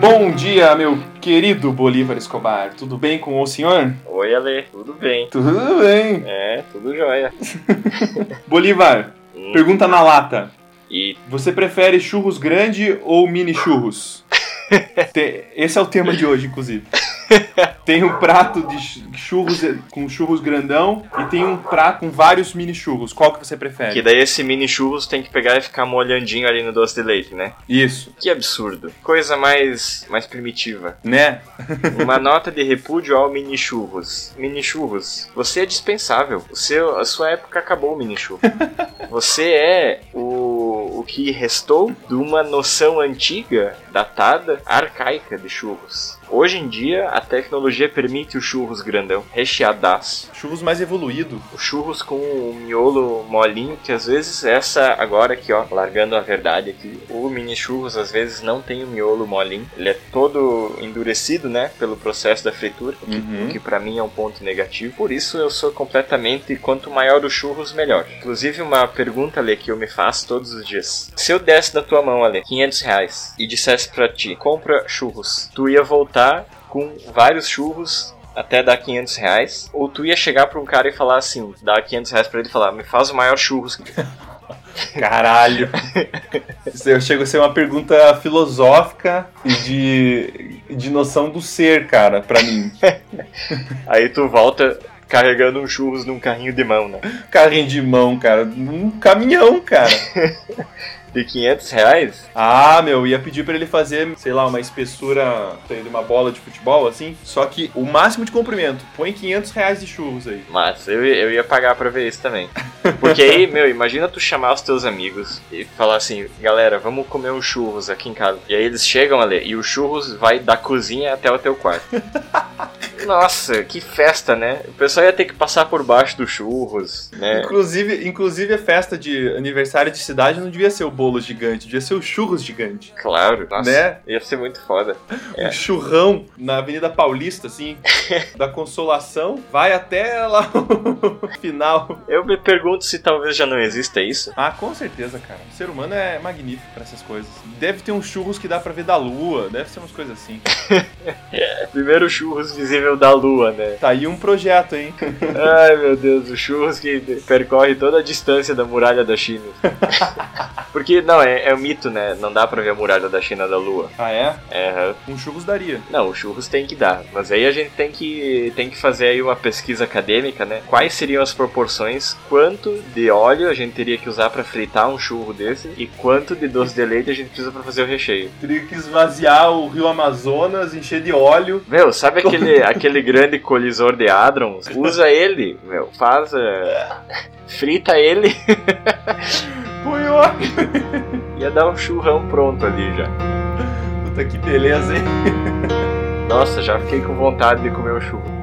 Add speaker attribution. Speaker 1: Bom dia, meu querido Bolívar Escobar. Tudo bem com o senhor?
Speaker 2: Oi, Ale, tudo bem?
Speaker 1: Tudo bem.
Speaker 2: É, tudo jóia.
Speaker 1: Bolívar,
Speaker 2: Hum,
Speaker 1: pergunta na lata.
Speaker 2: E
Speaker 1: Você prefere churros grande ou mini churros? Te- Esse é o tema de hoje, inclusive. Tem um prato de ch- churros eh, com churros grandão e tem um prato com vários mini churros. Qual que você
Speaker 2: que
Speaker 1: prefere?
Speaker 2: daí esse mini churros tem que pegar e ficar molhandinho ali no doce de leite, né?
Speaker 1: Isso,
Speaker 2: Que absurdo. Coisa mais mais primitiva.
Speaker 1: né?
Speaker 2: Uma nota de repúdio ao mini churros. Mini churros, você é dispensável. O seu, a sua época acabou, mini churros. Você é o, o que restou de uma noção antiga, datada, arcaica de churros. Hoje em dia, a tecnologia permite o churros grandão, recheadaço.
Speaker 1: Churros mais evoluído.
Speaker 2: O churros com o miolo molinho, que às vezes essa agora aqui, ó, largando a verdade aqui, o mini churros às vezes não tem o miolo molinho, ele é todo endurecido, né, pelo processo da fritura, o que,
Speaker 1: Uhum.
Speaker 2: o que pra mim é um ponto negativo. Por isso eu sou completamente quanto maior o churros melhor. Inclusive uma pergunta Ale que eu me faço todos os dias. Se eu desse da tua mão, Ale, 500 reais e dissesse pra ti, compra churros, tu ia voltar com vários churros até dar 500 reais, ou tu ia chegar pra um cara e falar assim, dar 500 reais pra ele e falar, me faz o maior churros. que-"
Speaker 1: Caralho. Isso eu chego a ser uma pergunta filosófica e de, de noção do ser, cara, pra mim.
Speaker 2: Aí tu volta carregando um churros num carrinho de mão, né?
Speaker 1: Carrinho de mão, cara. Um caminhão, cara.
Speaker 2: De 500 reais,
Speaker 1: Ah, meu, ia pedir pra ele fazer, sei lá, uma espessura sei, de uma bola de futebol, assim. Só que o máximo de comprimento. Põe 500 reais de churros aí.
Speaker 2: Mas eu, eu ia pagar pra ver isso também. Porque aí, meu, imagina tu chamar os teus amigos e falar assim, galera, vamos comer um churros aqui em casa. E aí eles chegam ali e o churros vai da cozinha até o teu quarto. Nossa, que festa, né? O pessoal ia ter que passar por baixo do churros, né?
Speaker 1: Inclusive, inclusive, a festa de aniversário de cidade não devia ser o bolo gigante, devia ser o churros gigante.
Speaker 2: Claro, nossa,
Speaker 1: Né?
Speaker 2: ia ser muito foda.
Speaker 1: Um churrão na Avenida Paulista, assim, da Consolação, vai até lá o final.
Speaker 2: Eu me pergunto se talvez já não exista isso.
Speaker 1: Ah, com certeza, cara. O ser humano é magnífico pra essas coisas. Deve ter uns churros que dá pra ver da lua, deve ser umas coisas assim.
Speaker 2: É Primeiro churros visível da lua, né?
Speaker 1: Tá aí um projeto, hein?
Speaker 2: Ai meu Deus, o churros que percorre toda a distância da muralha da China. Porque, não, é, é um mito, né? Não dá pra ver a muralha da China da Lua.
Speaker 1: Ah, é?
Speaker 2: É,
Speaker 1: Um churros daria.
Speaker 2: não, o churros tem que dar. Mas aí a gente tem que, tem que fazer aí uma pesquisa acadêmica, né? Quais seriam as proporções, quanto de óleo a gente teria que usar pra fritar um churro desse e quanto de doce de leite a gente precisa pra fazer o recheio.
Speaker 1: Teria que esvaziar o rio Amazonas, encher de óleo.
Speaker 2: Meu, sabe aquele, aquele grande colisor de Hadrons? Usa ele, meu, faz... eh, frita ele
Speaker 1: Põe óleo.
Speaker 2: Ia dar um churrão pronto ali já.
Speaker 1: Puta que beleza, hein?
Speaker 2: Nossa, já fiquei com vontade de comer o churro.